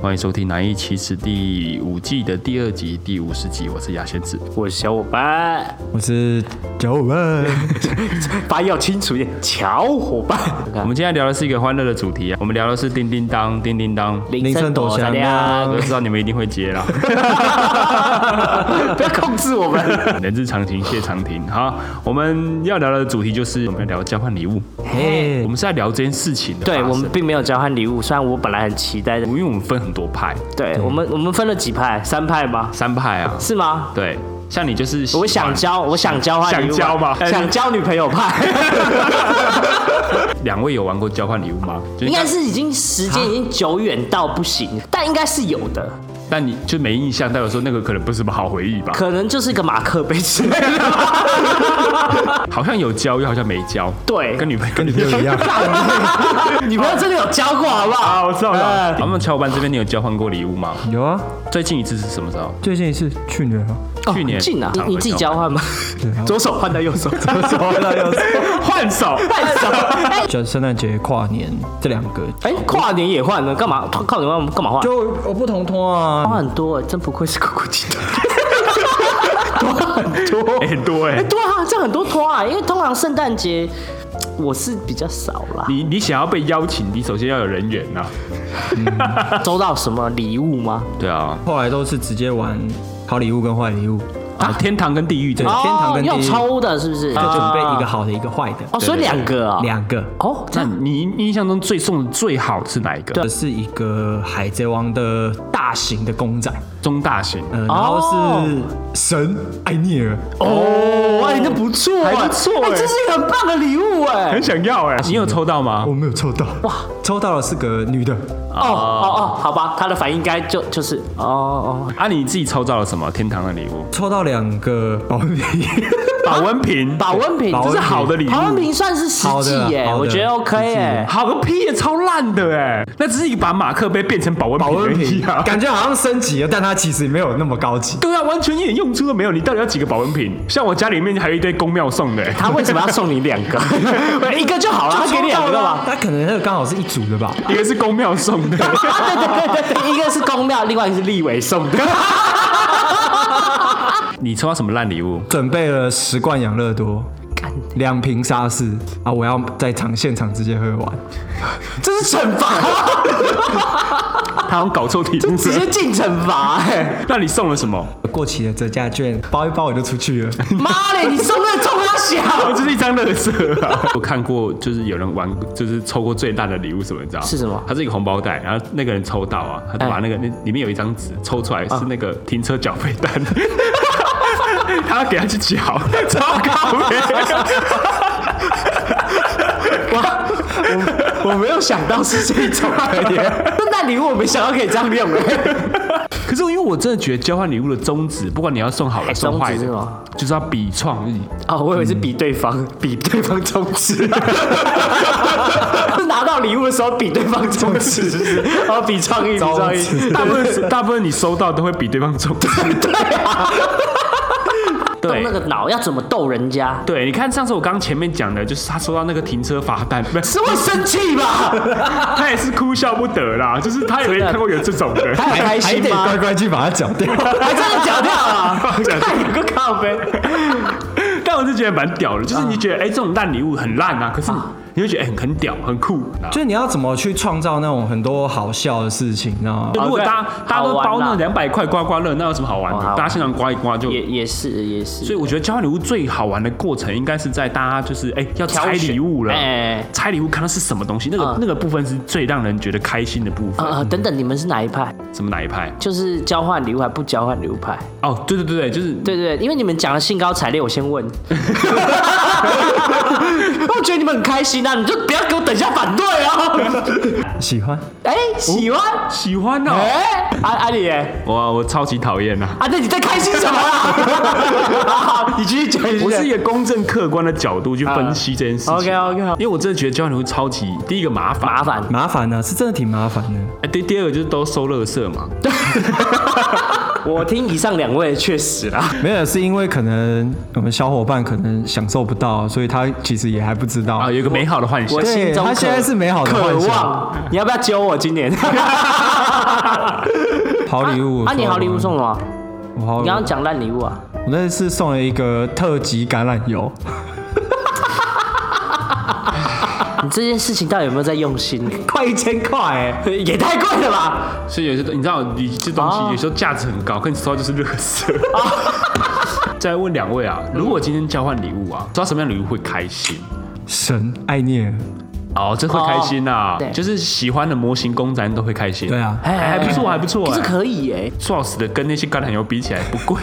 欢迎收听《难易启齿》第五季的第二集第五十集，我是牙仙子。我是小伙伴，我是小伙 伴，发音要清楚一点，小伙伴。我们今天聊的是一个欢乐的主题啊，我们聊的是叮叮当，叮叮当。铃声抖响啦我就知道你们一定会接啦， 不要控制我们。人之常情，谢常情。好，我们要聊的主题就是我们要聊交换礼物。嘿我们是在聊这件事情的发 嗯对生。我们并没有交换礼物，虽然我本来很期待的因。为我们分很多派，对我们，我们分了几派？三派吗？三派啊。是吗？对，像你就是喜欢嗯我想交，我想交换礼物啊，想交吗想交女朋友派，两位有玩过交换礼物吗？就 应该，是已经时间已经久远到不行，但应该是有的，但你就没印象，代表说那个可能不是什么好回忆吧？可能就是一个马克杯之类 的。好像有交，又好像没交。对跟女朋友跟女朋友 一样，女朋友真的有交过好不好？啊，我知道哎了。好，那小伙伴这边你有交换过礼物吗？ 有啊，最近一次是什么时候？最近一次去年 啊，哦去年近啊，你你自己交换吗？对啊左手换到右手，左 手完了又换手。换手。哎就圣诞节、跨年这两个，哎，跨年也换了，干嘛？跨年换干嘛换？就有不同通花啊，很多，真不愧是酷酷集团。哎，对，对啊，这很多拖啊，因为通常圣诞节我是比较少啦。你你想要被邀请，你首先要有人缘啊呐。收到什么礼物吗？对啊，后来都是直接玩好礼物跟坏礼物，啊，天堂跟地狱这对样。天堂跟地狱哦用抽的，是不是？就准备一个好的，一个坏的，哦，所以两个啊，两个。哦，这那样你印象中最送的最好是哪一个？这是一个海贼王的大型的公仔，中大型。呃，然后是神艾涅尔，哦，哎，那不错，还不错哎，哎这是一个很棒的礼物哎。想要哎、你有抽到吗哦我？没有抽到，哇，抽到了是个女的，哦哦哦，好吧，他的反应应该就就是哦哦，啊，你自己抽到了什么？天堂的礼物，抽到两个保温瓶，保温瓶，保温瓶，保这温是瓶好的礼物，保温瓶算是实好际的耶，好的我觉得 OK 哎。好个屁耶，超烂的哎，那只是一把马克杯变成保温保瓶而温已瓶啊。感觉好像升级了，但它其实没有那么高级。对啊，完全一点用处都没有。你到底要几个保温瓶？像我家里面还有一堆公庙送 的欸，他为什么要送你两个？一个就好了，他给你两个吧。啊它可能那个刚好是一组的吧，一个是公庙送的，啊，对对对对，一个是公庙，另外一个是立委送的。你抽到什么烂礼物？准备了十罐养乐多，两瓶沙士啊！我要在场现场直接喝完，这是惩罚，他好像搞错题目直接了。进惩罚、哎， 那你送了什么？过期的折价券包一包我就出去了。 妈嘞，你送那个中他我小就是一张乐色啊！ 我看过，就是有人玩，就是抽过最烂的礼物什么，你知道是什么它是一个红包袋，然后那个人抽到啊，他就把那个那里面有一张纸抽出来是那个停车缴费单， 他要给他去 缴，超高欸我没有想到是这种、哎，圣诞礼物我没想到可以这样用、哎，可是因为我真的觉得交换礼物的宗旨，不管你要送好的送坏宗旨是的吗，就是要比创 意。哦，我以为是比对方，比对方中指，拿到礼物的时候比对方中指，是不是？然后比创意，比创中意，大部分大部分你收到都会比对方 中。啊动对那个脑要怎么逗人家？对，你看上次我刚前面讲的，就是他收到那个停车罚单，不是是啊会生气吧？他也是哭笑不得啦，就是他也没看过有这种的。他很开还心得吗？乖乖去把它缴掉。 还真的讲掉了， 讲掉看有个咖啡。但我就觉得蛮屌的，啊就是你觉得哎、这种烂礼物很烂啊，可是你会觉得哎、很很屌很酷。就是你要怎么去创造那种很多好笑的事情，你知道吗？就如果对大家大家都好玩包那啦哦两百块刮刮乐，那有什么好玩的好？玩大家现场刮一刮就也也是也是，所以我觉得交换礼物最好玩的过程，应该是在大家就是哎、要拆挑选礼物了，哎拆礼物看到是什么东西，那个、嗯那个部分是最让人觉得开心的部分。呃等等，你们是哪一派？什么哪一派？就是交换礼物还不交换礼物派？哦，对对对对，就是对对，对因为你们讲的兴高采烈，我先 问。我觉得你们很开心啊，你就不要给我等一下反对哦。喜欢哎，喜欢？喜欢哦。哎，阿阿里耶，我我超级讨厌呐！啊，那你在开心什么 啦？你继续讲，我是一个公正客观的角度去分析这件事情。啊 OK OK 好因。为我真的觉得交换礼物超级第一个麻烦，麻烦，麻烦呢、啊是真的挺麻烦的。哎第第二个就是都收垃圾嘛。我听以上两位确实啦，没有，是因为可能我们小伙伴可能享受不到，所以他其实也还不知道。啊，有一个美好的幻想我。对心中他渴现在是美好的渴幻想望，你要不要揪我今年？ 好礼物啊，啊你好礼物送什么？我好，你刚刚我讲烂礼物啊？那次送了一个特级橄榄油，你啊这件事情到底有没有在用心？快一千块哎， 也太贵了吧！所以有些东你知道，你这东西哦有时候价值很高，可你收到就是垃 圾。再问两位嗯啊，如果今天交换礼物啊，收到什么样的礼物会开心？神爱涅尔，哦，这会开心啊哦对！就是喜欢的模型公仔都会开心。对啊哎还不错，还不错。可是哎可以欸耶、 Swatch 的跟那些橄榄油比起 来不贵。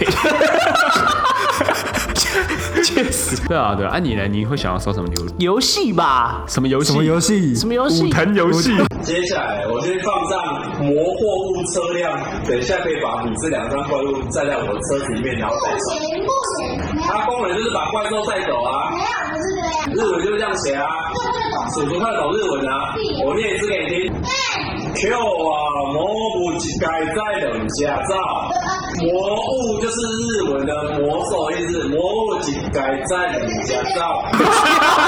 确实，对啊，对啊。啊，你呢？你会想要收什么礼物？游戏吧？什么游戏？什么游？戏？什么游戏武？藤游戏。接下来我就会放上魔货物车辆，等一下可以把你这两张怪物载在我的车子里面，然后带走。行不行？没有，它功能就是把怪兽带走啊，没有，不是这样。日文就是这样写啊。叔叔看得懂日文啊，我念一次给你听。Q 啊，魔物改在等驾照。魔物就是日文的魔兽意思，魔物改在等驾照。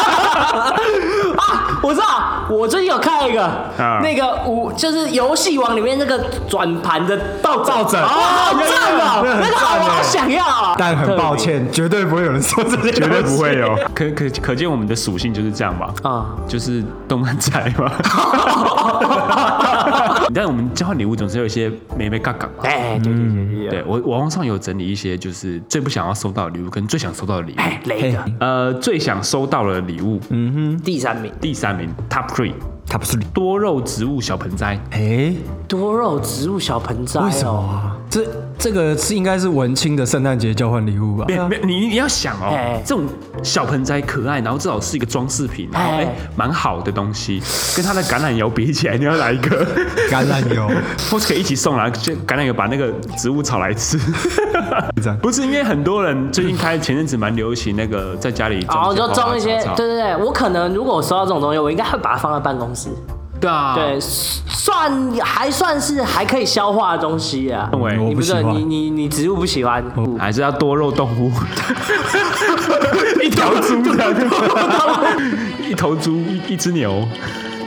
啊，我知道，我最近有看一个，啊那个五就是游戏王里面那个转盘的倒倒枕哦，好啊有有有赞哦，那很那个好赞我耶好想要啊！但很抱歉，绝对不会有人说这些，绝对不会有。 可可可见我们的属性就是这样吧？啊就是动漫宅 嘛。啊 但我们交换礼物总是有一些没没嘎嘎嘛。哎，对对嗯对对对，对我网络上有整理一些，就是最不想要收到的礼物跟最想收到的礼物。哎，嗯雷的呃，最想收到的礼物，第三名，第三名 Top Three 他不是你。多肉植物小盆栽。哎，多肉植物小盆栽，哦为什么？啊？这这个是应该是文青的圣诞节交换礼物吧？没有没有，你你要想哦哎，这种小盆栽可爱，然后至少是一个装饰品，然后哎哎蛮好的东西，跟它的橄榄油比起来，你要哪一个？ 橄榄 油，或是可以一起送来，就橄榄油把那个植物炒来 吃。这样不是因为很多人最近开前阵子蛮流行那个在家里然后一些哦花就装一些花草，草对对对，我可能如果我收到这种东西，我应该会把它放在办公室，对啊，对，算还算是还可以消化的东西啊。认为我你不不喜是欢你你你植物不喜欢，还是要多肉动 物，一条猪这样，一头猪一一只牛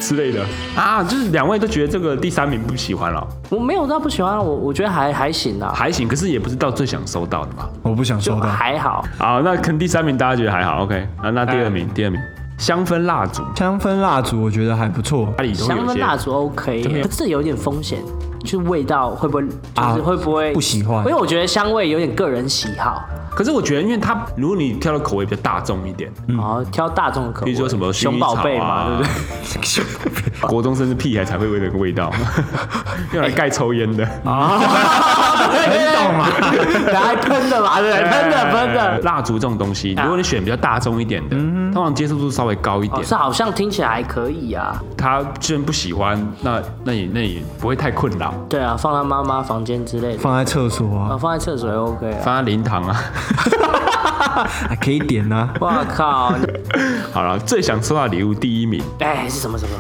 之类的啊，就是两位都觉得这个第三名不喜欢了，我没有到不喜欢，啊我我觉得还还行啊，还行，可是也不是到最想收到的嘛。我不想就收到。还好。好，那可能第三名大家觉得还好，OK 啊，那第二名，第二名香氛蜡烛，香氛蜡烛我觉得还不错，家里都会香有一氛些蜡烛 OK，对可是这有点风险，就是味道会不会，就啊是会不会、不喜欢因为我觉得香味有点个人喜好，可是我觉得，因为它如果你挑的口味比较大众一点，然后挑大众的口味，嗯比如说什么薰熊衣宝草贝啊嘛，对不对？国中生是屁孩才会有那个味道， 用来盖抽烟的。很懂嘛，来喷的嘛，对不对，喷的喷哎的。蜡烛这种东西，如果你选比较大众一点的，通常接受度稍微高一嗯哦，点是。好像听起来还可以啊。他既然不喜欢，那那也那也不会太困扰，对啊，放在妈妈房间之类的，放在厕所啊，啊，放在厕所也 OK 啊。放在灵堂啊。 还可以点啊。哇靠！好了，最想收到礼物第一名，哎，是什么什么？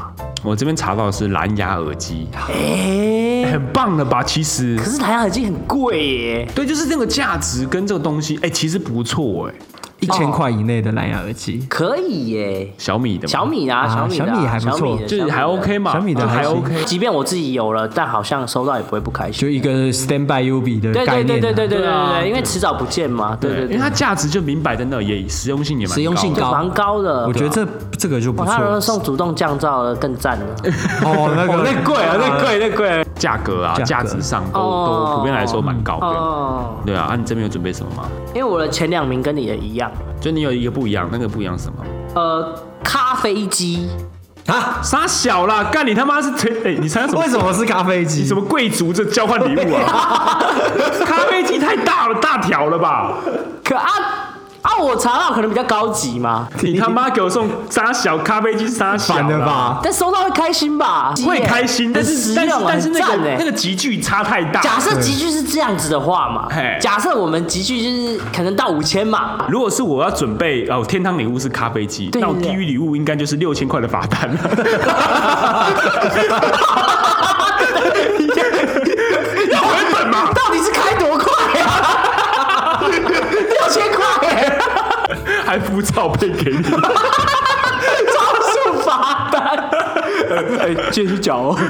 我这边查到的是蓝牙耳机，哦哎，很棒了吧？其实可，是蓝牙耳机很贵耶。对，就是这个价值跟这个东西，哎、其实不错哎、一千块以内的蓝牙耳机，可以耶，小米的嘛小米啊，啊小米的啊小米还不错小米的就是还小米的 OK 嘛，小米的就还还行 OK。即便我自己有了，但好像收到也不会不开就心。一个 standby U B 的对概对对念、对对啊。对对对啊对，因为迟早不见嘛。对对因为对，它价值就明摆在那，也实用性也蛮高实用性的高蛮高的。我觉得这这个就不哇，错哦他如果送主动降噪的更赞了。哦，那 个那贵 啊，那贵那贵。价格啊，价价格值上都哦都普遍来说蛮高的。哦，对啊，啊，你这边有准备什么吗？因为我的前两名跟你的一样，就你有一个不一样，那个不一样是什么？呃，咖啡机。啊？傻小啦，干你他妈是哎、你参加什么？ 为什么是咖啡机？你什么贵族这交换礼物啊？ 咖啡机太大了，大条了吧？可啊啊，我查到可能比较高级嘛，你他妈给我送傻小咖啡机，傻小啦反的？啊吧？但收 到会开心吧？会开心，但很是实但是用啊但是那很赞个欸那个集距差太大。假设集聚是这样子的话嘛嘿，假设我们集聚就是可能到五千嘛，如果是我要准备哦，天堂礼物是咖啡机，对那我对地狱礼物应该就是六千块的罚 单 了。要回本嘛？到底是开多快 啊？六千块耶， 还附照片给 你，超速罚单，哎，继续讲哦。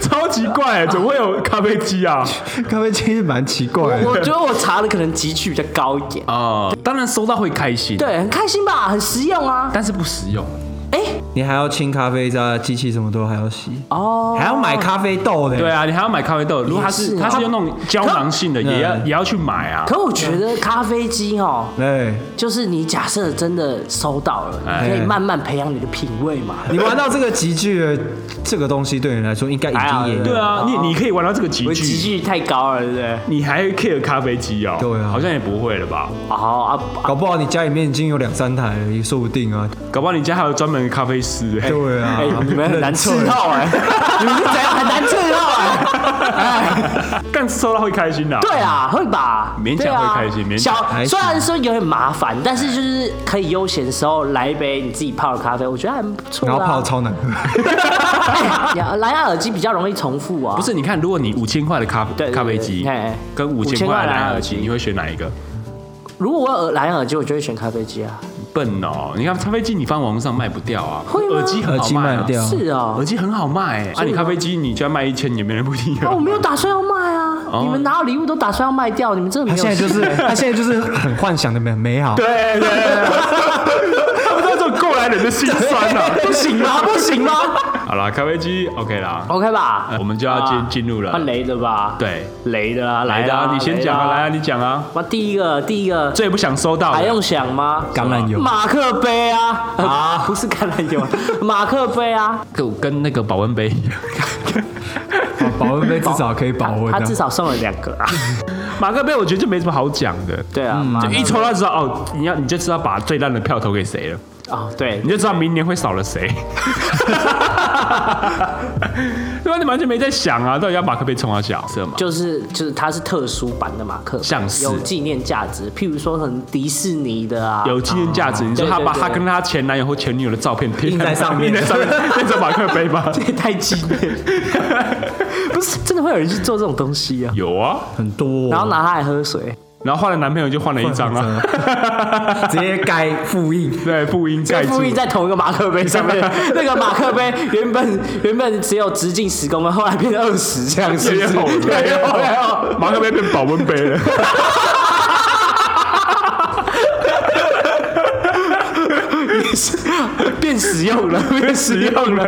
超级怪，欸怎么会有咖啡机 啊？咖啡机是蛮奇怪的。我觉得我查的可能级距比较高一点。啊，当然收到会开心，，哦对，很开心吧，很实用啊。但是不实用。哎，你还要清咖啡渣，机器什么都还要洗，哦，还要买咖啡豆呢。对啊，你还要买咖啡豆，如果它也是是啊它是用那种胶囊性的，也要嗯也要去买啊。可我觉得咖啡机哦，对，就是你假设真的收到了，哎你可以慢慢培养你的品味嘛。你玩到这个极具了，这个东西对你来说应该已还好经也有对啊，你你可以玩到这个极嗯我级致，距太高了，对不对？你还 care 咖啡机哦？对啊好像也不会了吧？哦啊啊，搞不好你家里面已经有两三台了，也说不定啊。搞不好你家还有专门的咖啡师哎。对啊哎，，你们很难冷伺萃候哎，啊 你们是怎样很难伺候哎？哎， 干收到会开心的、对，啊，会吧？勉强对啊会开心勉强小还行虽然说有点麻烦，但是就是可以悠闲的时候来一杯你自己泡的咖啡，我觉得还不错然啦。后泡超难喝，哎蓝牙耳机比较容易重复啊。不是你看，如果你五千块的咖对对咖啡机对哎跟五千5000块块的蓝牙蓝牙耳耳机，机你会选哪一个？如果我有耳蓝牙耳机，我就会选咖啡机啊。笨哦，你看咖啡机你放网络上卖不掉啊，会吗耳机很耳好机卖卖啊不，掉。是哦耳，机很好卖哎。啊，你咖啡机你就要卖一千，也没人不听啊，啊我。没有打算要卖哦啊。你们拿到礼物都打算要卖掉，你们真的 他没有心？现在就是 他现在就是很幻想的美美好，对对对，他们都种过来人的心酸了、不行啊 吗？不行吗好啦，咖啡机 OK 啦， ？OK 吧呃，我们就要进啊进入了换雷的吧？，对，雷的啊，来的、啊啊，，你先讲啊，来啊，啊。你讲啊，我第一个，第一个最不想收到的还用想吗？橄榄油马克杯啊啊， 不是橄榄油， 马克杯啊，跟跟那个保温杯一样。保温杯至少可以保温他啊至。少送了两个 啊。马克杯我觉得就没什么好讲的，对啊，马就克一抽到知道哦，你要你就知道把最烂的票投给谁了，哦，对你，就知道明年会少了谁。 对吧？你完全没在想啊，到底要马克杯冲啊小色嘛？就是就是它是特殊版的马克杯，像是有纪念价值，譬如说可能迪士尼的啊，有纪念价值，你说他把对对他对跟他前男友或前女友的照片贴印在上面印在上面，变成马克杯吧？这也 太纪念了，不是真的会有人去做这种东西啊？有啊，很多哦，然后拿它来喝水，然后换了男朋友就换了一张啊，直接盖复印，对，不应这盖住复。印在同一个马克杯上面。那个马克杯原本原本只有直径十公分，后来变成二十这样子，没有对没有没有有，马克杯变保温杯了。变实用了，变实用了。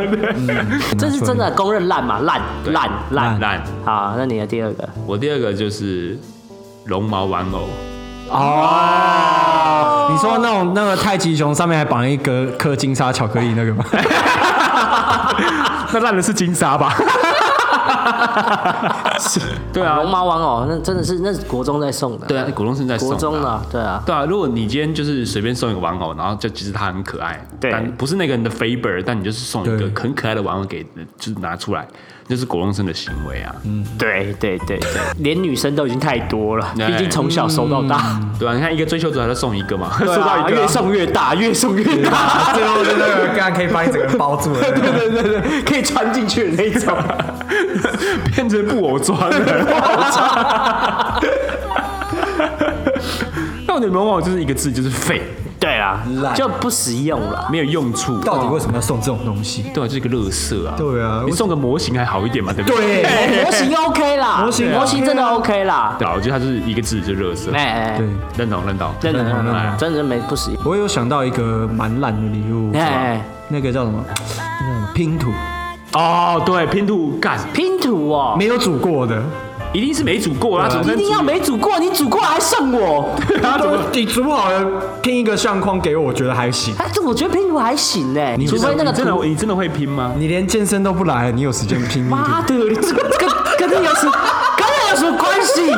这是真的公认烂嘛？烂烂烂烂烂，好，那你的第二个我第二个就是绒毛玩偶，哦。你说那种那个太极熊上面还绑一个颗金沙巧克力那个吗？那烂的是金沙吧？对啊绒，毛玩偶，哦那真的是那是国中在送的，对啊，果冻是在送国中的啊。的，对啊，对啊，如果你今天就是随便送一个玩偶，然后就其实它很可爱，对但不是那个人的 favor，但你就是送一个对很可爱的玩偶给，就是拿出来，这是果冻生的行为啊，对对对对， 连女生都已经太多了，对毕竟从小收到大，对啊，你看一个追求者，他就送一个嘛， 对收啊到一个越啊，送越大，越送越大， 最后就那啊个干可以把你整个人包住了。对对对对，可以穿进去的那一种。 变成布偶装了。那我觉得往往就是一个字，就是废，对啦，烂就不实用了。没有用处。 到底为什么要送这种东西？对啊，就是个乐色啊。哦对啊你我送个模型还好一点嘛，对不对？对哎模型 OK 啦，模型模型真的 OK 啦。对啊，我觉得它就是一个字，就是乐色。哎哎，对，认同，认同。真的认同认同真的没不实用。我有想到一个蛮烂的礼物，啊哎，那个叫什么？那叫什么拼图，哦，对，拼图干拼图哦，没有煮过的，一定是没煮过啦，怎么啊一能定煮要没煮过，你煮过还送我。他怎么你煮好了拼一个相框给我，我觉得还行。哎，这我觉得拼图还行哎，除非那个你真图的你真的会拼吗？你连健身都不来，你有时间拼拼妈的，你这跟跟那有什跟那有什么关系？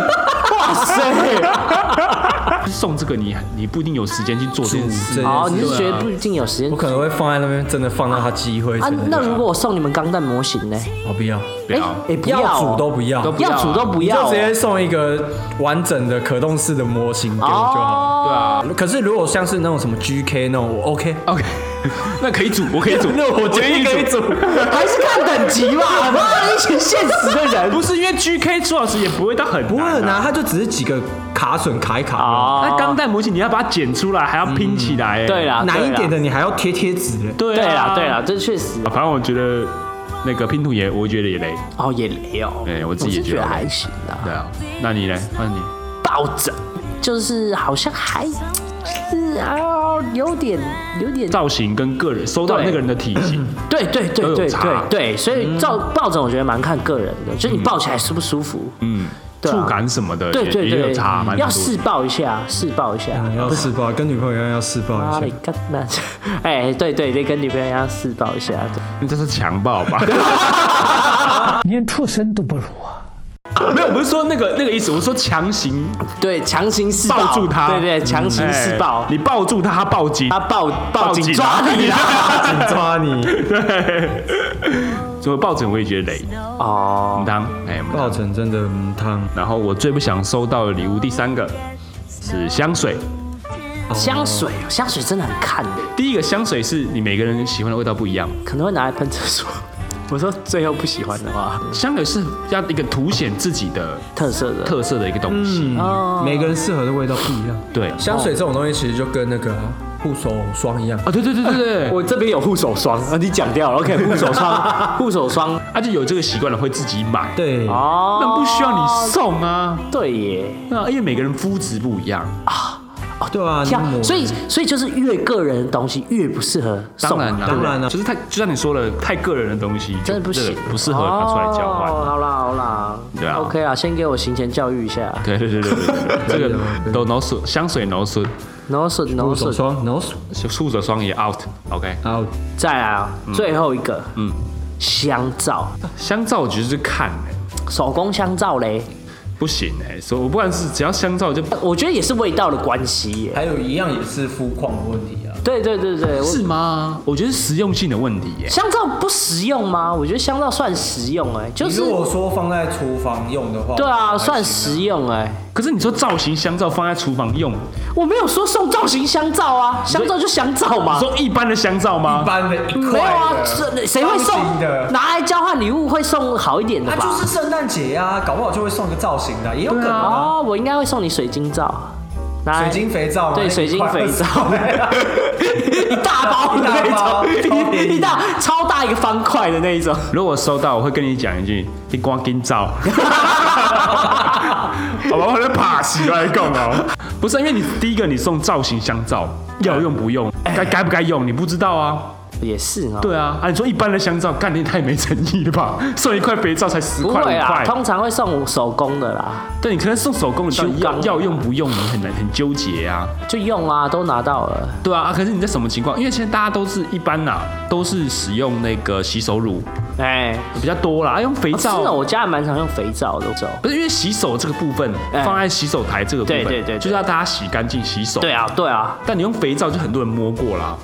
哇塞！送这个你你不一定有时间去做这件事。这好，你是觉得不一定有时间我可能会放在那边，真的放到它积灰啊尘。？那如果我送你们钢弹模型呢？我不要，不要哎哎，不要要哦煮都不要，不要要啊煮都不你要就哦，直接送一个完整的可动式的模型给我就好。对哦。啊可是如果像是那种什么 GK 那种，我 OK。 ，OK，那可以煮，我可以煮，那我觉得愿意可以煮。还是看等级吧，妈的，一群现实的人 不是因为 GK 朱老师也不会到很不会很难难，啊。它就只是几个卡榫卡一卡哦而哦那钢弹模型你要把它剪出来，还要拼起来。哎对啦，已。难对一啦点的，你还要贴贴纸。对对啊啦，对啦，这确实反正我觉得那个拼图也我觉得也雷，哦，也雷哦。对哎我自己也是觉觉得得雷还行的。对啊。那你呢？那你抱着，就是好像还是啊，有点有点。造型跟个人收到对那个人的体型，对对都有嗯对对差对对，所以照抱枕我觉得蛮看个人的，就是你抱起来舒不舒服，嗯，对啊触感什么的对也对也有对差，蛮，要多的嗯试抱一下，试抱一下。啊要试爆，跟女朋友一样要试爆妈一的 下。，干那，哎，对对对，跟女朋友要试抱一下。对这是强暴吧？连畜生都不如啊！没有，我不是说那个那个意思，我说强行对，强行试抱住他，对对，强行试抱哎，你抱住他，他抱紧，他抱抱紧紧抓啊你 啦。紧抓你，所以抱枕我也觉得雷，哦，母汤，哎，母汤抱枕真的嗯汤，然后我最不想收到的礼物，第三个是香水。香水，香水真的很看的，第一个香水是你每个人喜欢的味道不一样，可能会拿来喷厕所。 我说最后不喜欢的话，香水是要一个凸显自己的特色的特色的一个东西。嗯每个人适合的味道不一样。哦对，啊香水这种东西其实就跟那个啊护手霜一样，哦啊，对对对对对，我这边有护手霜，啊，你讲掉了，OK，护手 霜，护手霜，而且、啊有这个习惯了会自己买，对，啊哦，那不需要你送啊。对耶，那因为每个人肤质不一样，对啊，那像抹所以所以就是越个人的东西越不适合送当嘛，然啦对不当对然了就是太就像你说的，太个人的东西真的不行，不适合拿出来交换。哦好啦好啦，对啊 o k 啊，先给我行前教育一下，对对对对对，对这个都 no 损，香水 no 损， no 损护 no 手损，霜，然后漱手霜也 out。OK，然后再来啊，最后一个，嗯，香皂，香皂我觉得是看、欸，手工香皂嘞，不行哎、欸，所以我不管是只要香皂就我觉得也是味道的关系耶，还有一样也是肤况的问题啊。对对对对，我是吗？我觉得是实用性的问题耶、香皂不实用吗？我觉得香皂算实用哎、就你是如果说放在厨房用的话，对啊，还行算实用哎、可是你说造型香皂放在厨房用，我没有说送造型香皂啊，香皂就香皂嘛你，说一般的香皂一吗？般的一块的没有啊，这谁会送方形的？拿来交换礼物会送好一点的啊，吧？就是圣诞节啊，搞不好就会送个造型的，也有可能啊。哦，我应该会送你水晶皂，拿来水晶肥皂嘛，哎对水晶肥皂 一大包的一大包那超种，便宜一大超大一个方块的那一种。如果收到，我会跟你讲一句：你光跟皂。 好吧，我在怕死来讲哦。不是，因为你第一个你送造型香皂要用不用，该该不该用你不知道啊。也是啊，对啊，啊你说一般的香皂，干你太没诚意了吧？送一块肥皂才十不块五会啊，块，通常会送手工的啦，对你可能送手工的到底修要钢要用不用，你很难很纠结啊。就用啊，都拿到了。对啊，啊可是你在什么情况？因为现在大家都是一般呐、啊都是使用那个洗手乳哎，比较多啦，啊用肥哦是皂。的，我家还蛮常用肥皂的，走。不是因为洗手这个部分哎放在洗手台这个部分，对对对对就是要大家洗干净洗手。对，啊，对啊，但你用肥皂就很多人摸过啦。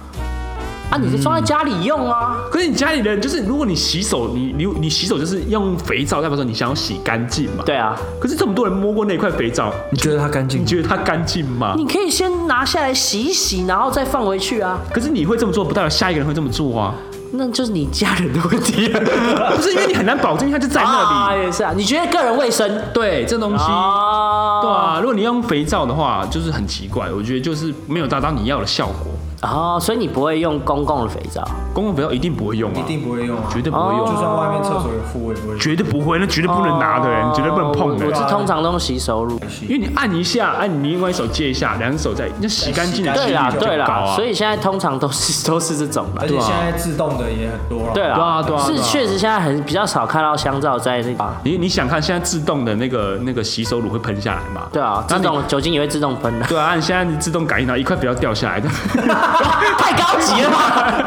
啊，你就装在家里用啊。可是你家里人就是，如果你洗手，你你你洗手就是用肥皂，代表说你想要洗干净嘛。对。啊，可是这么多人摸过那块肥皂，你觉得它干净你吗？觉得它干净吗？你可以先拿下来洗一洗，然后再放回去啊。可是你会这么做，不代表下一个人会这么 做啊。那就是你家人的问题不是因为你很难保证，因为它就在 那啊，里。也是啊。你觉得个人卫生？对，这东西。啊，对啊，如果你用肥皂的话，就是很奇怪，我觉得就是没有达到你要的效果。哦，所以你不会用公共的肥皂，公共肥皂一定不会用啊，一定不会用啊，绝对不会用，就算外面厕所有附，我也不会用。绝对啊不会，那绝对不能拿的、哦你绝对不能碰的、我是通常都用洗手乳。因为你按一下，按你另外一手接一下，两手再那洗干净的对几率啦，就比对较高啦，啊啊。所以现在通常都是都是这种啦而。且现在自动的也很多了。对啦，对啊对啊对是啊确实现在很比较少看到香皂在那个。你你想看现在自动的那个那个洗手乳会喷下来嘛？对啊，那自你动酒精也会自动喷的，对啊，按现在你自动感应到一块不要掉下来的， 太高级了 吧？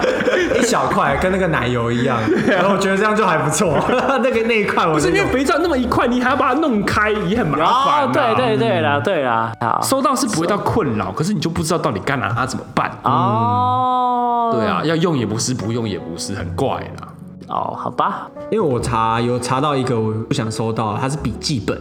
一小块，跟那个奶 油一样。然后我觉得这样就还 不错。那个那一块我不是就因为肥皂那么一块，你还要把它弄开，也很麻烦、啊。哦，对对对啦，对啦，好。收到是不会到困扰，可是你就不知道到底该拿它怎么办。啊哦，对啊，要用也不是，不用也不是，很怪啦。哦，好吧，因为我查有查到一个我不想收到，它是笔记本。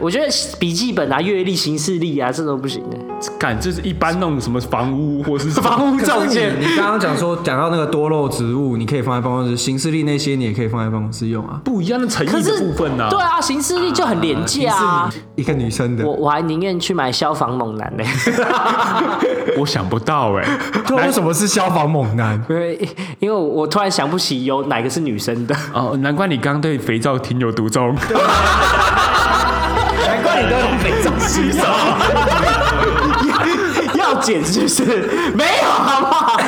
我觉得笔记本啊、阅历、行事历啊，这都不行的。干，就是一般弄什么房屋或是什么房屋中可是介你你刚刚讲说讲到那个多肉植物，你可以放在办公室；行事历那些你也可以放在办公室用啊。不一样的诚可意的是部分呢、对啊，行事历就很廉价啊。一个女生的我，我还宁愿去买消防猛 男呢、我想不到哎、对啊，为什么是消防猛男？因为因为我突然想不起有哪个是女生的。哦，难怪你刚刚对肥皂情有独钟。难怪你都用肥皂洗手， 要剪是不是？没有好不好？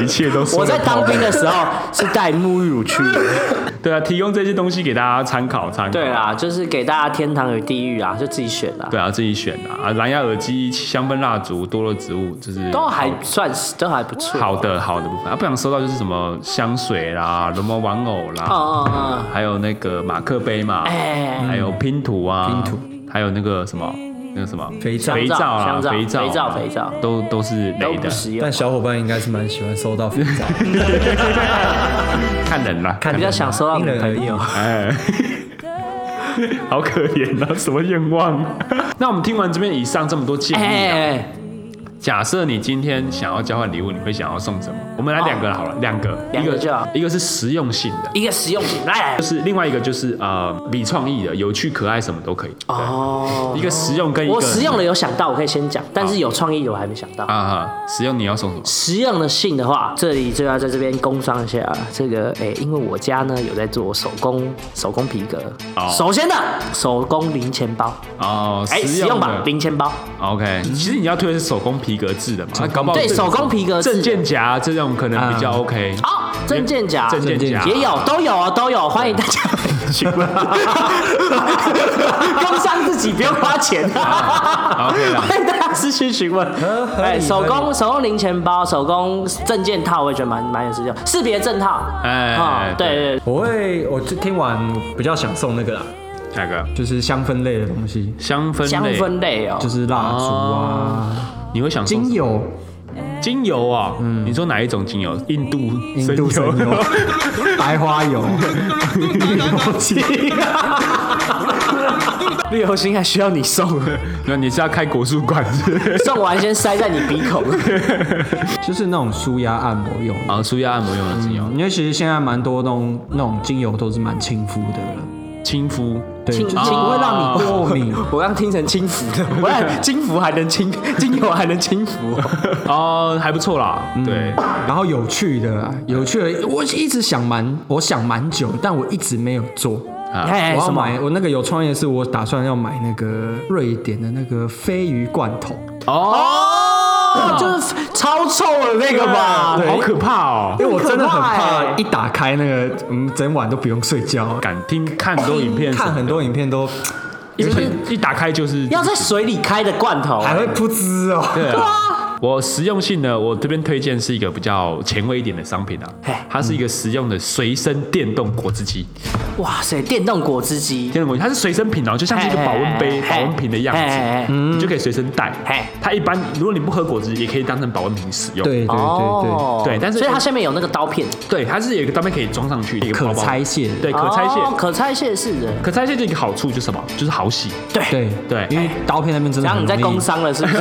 一切都 是我在当兵的时候是带沐浴乳去的。 对啊，提供这些东西给大家参考参考。对啦，就是给大家天堂与地狱啊，就自己选啦。对啊，自己选啊，啊蓝牙耳机、香氛蜡烛、多肉植物，就是都还算是都还不错。好的好的部分啊。不想收到就是什么香水啦、龙毛玩偶啦，嗯，嗯嗯还有那个马克杯嘛，哎还有拼图啊，拼图，还有那个什么那个什么肥皂肥皂啊，香皂肥皂啊肥皂肥皂都都是都雷不的，实用但，小伙伴应该是蛮喜欢收到肥皂， 看人啦，比较想收到因女人而朋异 友。哎，好可怜啊，什么愿望？ 那我们听完这边以上这么多建哎议、啊，哎，假设你今天想要交换礼物，你会想要送什么？我们来两个好了，两个，哦两一个个就好一个是实用性的，一个实用品，来来就是另外一个就是呃，比创意的，有趣可爱什么都可以。哦一。个实用跟一个我实用的有想到，我可以先讲，但是有创意的我还没想到。啊哈，实用你要送什么？实用的性的话，这里就要在这边工商一下啊。这个诶、因为我家呢有在做手工手工皮革，哦首先的手工零钱包，哦，哎、实用吧的，零钱包， OK，其实你要推的是手工皮革制的嘛，那搞不好对手工皮革制证件夹这种可能比较 OK。好、证件夹，证件夹也有，都有啊，都有，欢迎大家去工商自己不用花钱、好，OK 啦欢迎大家私讯询问。哎，手工手工零钱包，手工证件套，我也觉得蛮蛮有实用，识别证套，哎啊对对对我会我就听完比较想送那个啦，哪个？就是香氛类的东西，香氛香类，氛类哦，就是蜡烛啊、你会想精送什么油、精油啊？你说哪一种精油？印度印度神 油、白花 油、油漆。绿油精还需要你送，那你是要开国术馆是不是？送完先塞在你鼻 孔。就是那种舒压按摩用的。啊，舒压按摩用的精油，因为其实现在蛮多那种那种精油都是蛮亲肤的了，亲肤。对，亲就是哦亲不会让你过敏。我刚听成轻浮的，我看轻浮还能轻，精油还能轻浮哦、哦，还不错啦，嗯对，然后有趣的啦，有趣的，我一直想蛮，我想蛮久，但我一直没有做。哎、我要什么？买，我那个有创业是我打算要买那个瑞典的那个鲱鱼罐头，哦，就是超臭的那个吧？好可怕哦！因为我真的很很可怕怕欸一打开那个，嗯，整晚都不用睡觉。敢听看很多影片，看很多影片都哦一一打开就是要在水里开的罐头，还会噗滋哦。对啊，我实用性呢，我这边推荐是一个比较前卫一点的商品啊嘿，嗯它是一个实用的随身电动果汁机，哇塞，电动果汁机，电动果汁它是随身品哦，就像是一个保温杯、嘿保温瓶的样嘿嘿子，你就可以随身带嘿。它一般如果你不喝果汁，也可以当成保温瓶使用。对对对哦对，对但是所以它下面有那个刀片，对，它是有一个单面可以装上去，一个包包可拆卸的对，可拆卸。哦可拆卸式的，可拆卸就一个好处就是什么？就是好洗。对对因为刀片那边真的然后很你在容易工伤了是不 是？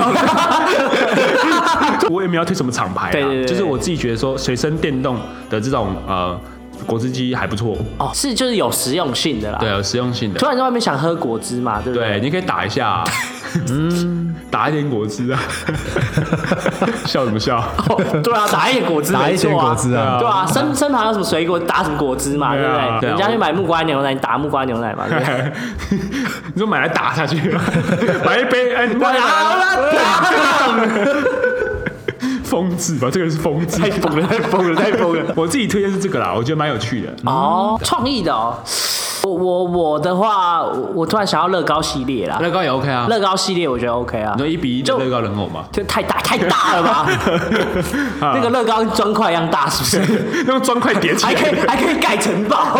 我也没有推什么厂牌啊，对对对就是我自己觉得说随身电动的这种呃果汁机还不错，哦，是就是有实用性的啦。对，，有实用性的突。然在外面想喝果汁嘛，对不对？对，你可以打一下、嗯，打一点果汁啊， 笑什么笑？ 哦对啊，打一点果汁打没一错点啊果。汁啊，对啊，身身旁有什么水果打什么果汁嘛，对对不啊对？对啊人家去买木瓜牛奶，你 打木瓜牛奶嘛，对不 对？你说买来打下去， 买一杯，啊哎，你买好来，了，疯子吧，这个是疯子，太疯了，太疯了，太疯了。 我自己推荐是这个啦，我觉得蛮有趣的。哦，创意的哦。我我我的话，我我突然想要乐高系列啦，乐高也 OK 啊，乐高系列我觉得 OK 啊你，说一比一的乐高人 偶嘛，就太大太大 了吧？啊那个乐高跟砖块一样大，是不 是？用砖块叠起还可以来，还可以盖城 堡。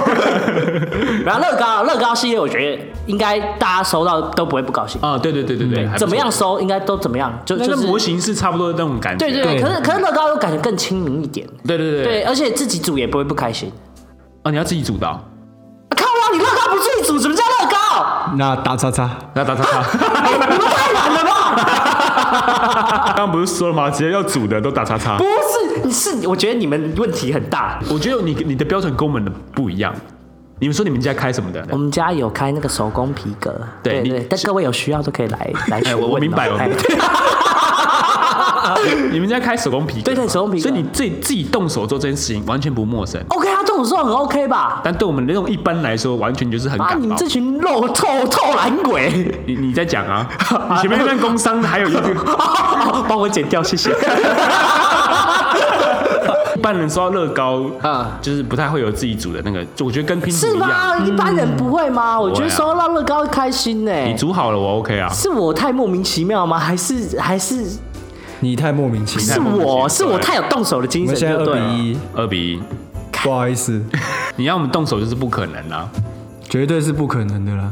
然后乐高乐高系列，我觉得应该大家收到都不会不高兴。啊，对对对对对，还嗯不错怎么样？收应该都怎么样，就那就个是模。型是差不多的那种感觉，对对对，对可是可是乐高又感觉更亲民一点，对对对，对，而且自己煮也不会不开心。啊，你要自己组的哦。 啊靠啊！你乐高不自己煮，什么叫乐高？那打叉叉，那打叉叉，你们太懒了吧？ 刚刚不是说了吗？直接要组的都打叉叉不。是，你是我觉得你们问题很大。我觉得你你的标准跟我们的不一样。你们说你们家开什么的？我们家有开那个手工皮革，对对你对，但各位有需要都可以 来来询哎问哦、我我明白我哎明你们家开手工皮革，对对手工皮革所以你自己自己动手做这件事情完全不陌生。 OK 啊，这种时候很 OK 吧？但对我们那种一般来说，完全就是很啊，感哦你冒们。这群肉臭臭懒鬼！ 你你在讲啊？你前面那段工伤的还有一个， 帮我剪掉，谢谢。 一般人说到乐高啊啊，就是不太会有自己煮的那个，就我觉得跟拼是图一样。吗？一般人不会吗？我觉不会啊得收到乐高会开心呢、你煮好了，我 OK 啊。是我太莫名其妙吗？还是还是你太莫名其妙。是莫名其妙我是我太有动手的我精们神现在就二对了。比一，二比一，不好意思，你要我们动手就是不可能啊。绝对是不可能的啦。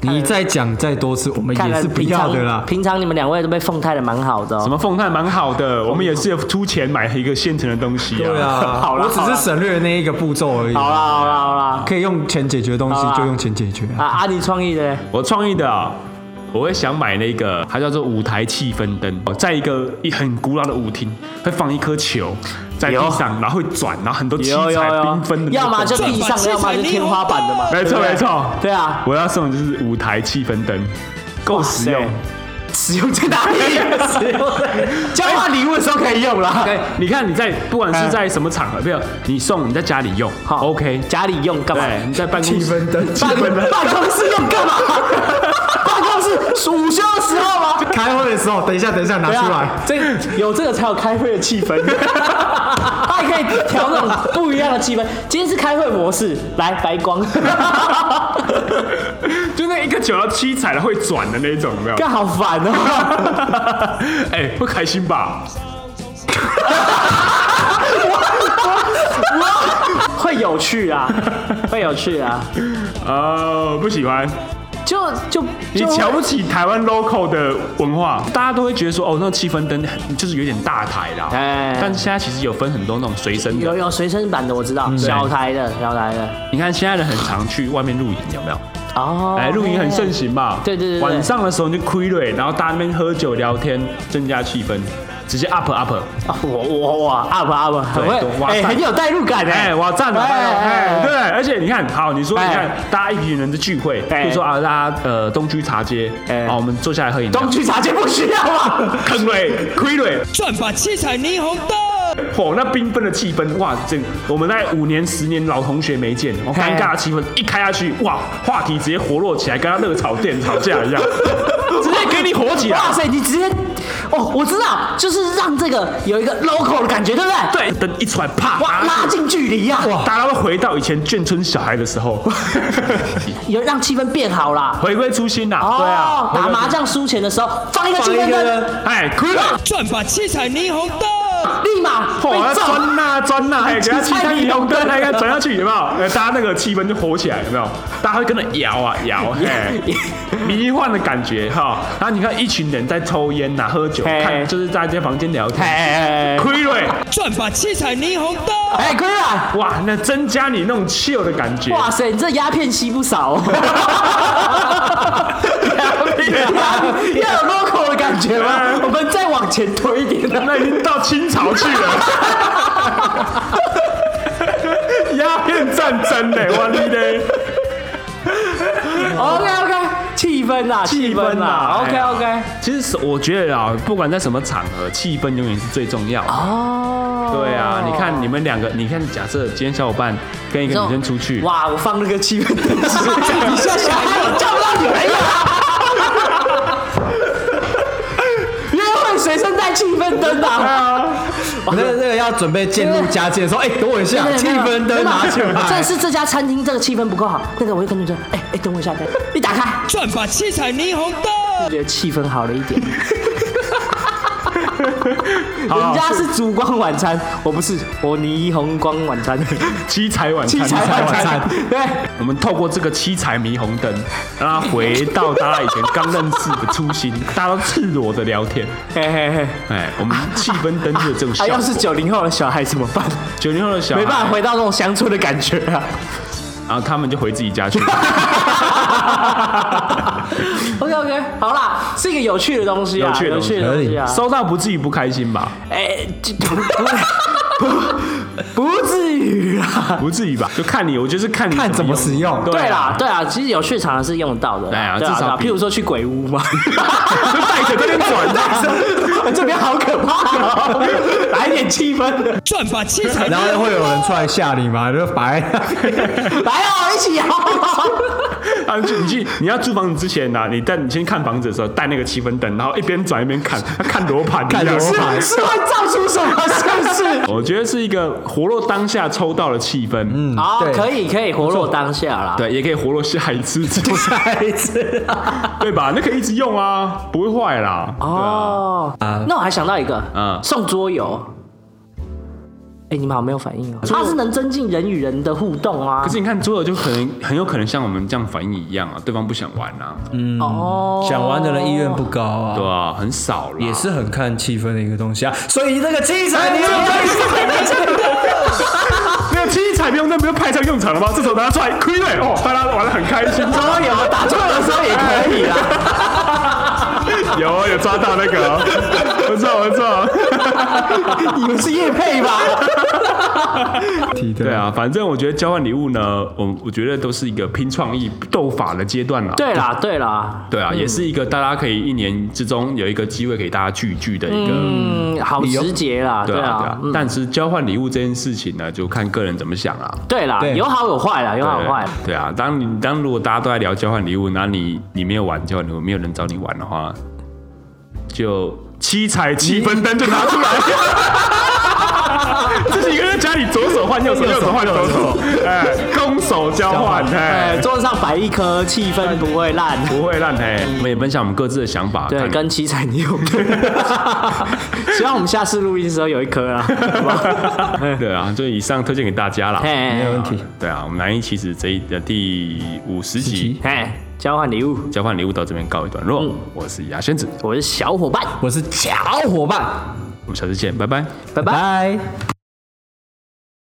你再讲再多次，我们看也来是不平要常的啦。平常你们两位都被奉太的蛮好的、什哦。么凤太蛮好 的，我们也是出钱买一个现成的东西啊。对啊，好啦我只是省略那一个步骤而已。好啦好啦好啦，可以用钱解决的东西好啦就用钱解决啊啊。啊！你创意的嘞我创意的啊、我会想买那个，它叫做舞台气氛灯，哦在一个一很古老的舞厅，会放一颗球在地上，然后会转，然后很多七彩有有缤纷的那有，要个么就地上的，要么就天花板的嘛。没错没错，对啊，我要送的就是舞台气氛灯，够实用哇。使用在哪里？使用在交换哎礼物的时候可以用啦。哎，你看你在不管是在什么场合，没有你送你在家里用嗯好，OK，家里用干嘛？对，你在办公室灯， 办办公室用干嘛？办公室午休的时候吗？开会的时候，等一下，等一下拿对出啊来，，这有这个才有开会的气氛，他还可以调那种不一样的气氛。今天是开会模式，来白 光，就那一个球要七彩的会转的那种，有没有？干好烦 哦！ 哎，不开心吧？会有趣 啊，会有趣啊，哦，不喜欢。就就你就瞧不起台湾 local 的文化，大家都会觉得说，哦，那气氛灯很就是有点大台啦。哎但现在其实有分很多那种随身的有，有随身版的我知道，小台的小台的你看现在人很常去外面露营，有没有？哦，哎，露营很盛行嘛。对对对对晚上的时候你就亏了，然后大家那边喝酒聊天，增加气氛，直接 up up。啊，我我我 up up，很对会哇哎，塞很有代入感哎，哎，哇，赞了！哎，对，而且你看，好，你说你哎看，大家一群人的聚会，比哎如说啊，大家呃东区茶街，哎啊，我们坐下来喝饮料，东区茶街不需要啊，坑瑞亏瑞，转吧七彩霓虹灯。哦，那缤纷的气氛，哇，这我们在五年、十年老同学没见，哦尴尬的气氛一开下去，哇，话题直接活络起来，跟他热炒店吵架啊 一样，直接给你火起来。哇塞，你直接哦，我知道，就是让这个有一个 local 的感觉，对不对？对，灯一出来，啪，哇，拉近距离呀、啊，大家都回到以前眷村小孩的 时候，有让气氛变好啦。回归初心啦。对哦啊，，打回归麻将输钱的时候放一个气氛灯，哎，亏了。转吧七彩霓虹灯。立马哦，被要揍。钻啊呐 钻呐，哎，给他七彩霓虹灯，哎，给他转下去有没有？呃，大家那个气氛就火起来，有没有？大家会跟着摇啊摇， 哎，迷幻的感觉哈。然后你看一群人在抽烟啊呐、喝酒，嘿看就是在这房间聊 天，哎亏了，转吧七彩霓虹灯。哎，亏了！哇，那增加你那种 chill 的感觉。哇塞，你这鸦片吸不少、 哦。要有 local 的感觉吗？我们再往前推一点啊那已经到清朝去了。鸦片战争呢，哇 你嘞！ OK OK，气氛啦，气氛啊啦哎，OK 呀 OK。其实是我觉得啊，不管在什么场合，气氛永远是最重要的。哦，对啊，你看你们两个，你看假设今天小伙伴跟一个女生出去，哇，我放那个气氛灯， 你下下来叫不到女朋友啊。 约会随身带气氛灯啊！我那那个要准备渐入佳境的时候，哎，等我一下，啊气氛灯拿起这来。是这家餐厅这个气氛不够好，那个我就跟你说，哎哎，等我一下，等我一下一打开，转吧七彩霓虹灯。觉得气氛好了一 点。好人家是烛光晚餐，我不是，我霓虹光晚 餐，七彩晚七餐，彩晚餐，对，我们透过这个七彩霓虹灯，让他回到大家以前刚认识的初心，大家都赤裸的聊天。嘿嘿嘿。哎，我们气氛灯就有这种效啊，要是果。九零后的小孩怎么办？九零后的小孩没办法回到那种乡 村的感觉啊！然后他们就回自己家去。 OK，好啦，是一个有趣的东西啊，有趣的有东西趣的东西啊。收到不至于不开心 吧？哎，这不不不至于啦。不至于吧？就看你，我就是看你看怎么使用啊对啊哎啦，，对啦，其实有趣常常是用得到的啦。对啊对至少比譬如说去鬼屋 嘛，就带着这边转啊啊 的，这边好可怕、哦，来一点气氛的，赚把七彩泥然后红会有人出来吓你吗？就摆在那 边来哦，一起摇哦。啊，你去你去你要租房子之前呢、你带你先看房子的时候带那个七分灯，然后一边转一边看，看罗盘一样，看罗盘是会造出什么？是不 是？我觉得是一个活络当下抽到的气氛，嗯，好，对哦可以可以活络当下啦。对，也可以活络下一次，下一次。对吧？那可以一直用啊，不会坏啦。哦，那我还想到一个，嗯送桌游。哎，你们好像没有反应哦，它是能增进人与人的互动啊可。是你看桌游就可能很有可能像我们这样反应一样啊，对方不想玩啊，哦，想玩的人意愿不高对啊，啊，很少了，也是很看气氛的一个东西啊。所以那个七彩泥红灯，没有七彩不用灯不就派上用场了吗？这时候拿出来亏了哦，大家玩的很开心。桌游打错的时候也可以啦。有 啊有抓到那个、哦，不错不错。你们是叶配吧？提的。对，啊，反正我觉得交换礼物呢，我我觉得都是一个拼创意、斗法的阶段啦。啊对嗯啦，对啦，对啊，也是一个大家可以一年之中有一个机会给大家聚一聚的一个。嗯，好直接啦，对啊，对啊啊，，嗯但是交换礼物这件事情呢，就看个人怎么想啊。对啦，对有好有坏啦，有好有坏。对啊，当你当如果大家都在聊交换礼物，然后你你没有玩交换礼物，没有人找你玩的话，就七彩七分灯就拿出来。自己一个人在家里左手换右手，右手换左手，哎，空手交换，哎，哎，桌子上摆一颗，气氛不会烂。不会烂哎。我们也分享我们各自的想法，对，看跟七彩 你有关。希望我们下次录音的时候有一颗啦，好不好？ 对啊，就以上推荐给大家啦。嘿没问题。对啊，我们南一其实这一的第五十集嘿，交换礼物，交换礼物到这边告一段落。我是牙仙子，我是小伙伴，我是小伙伴，我们下次见，拜拜。拜拜。拜。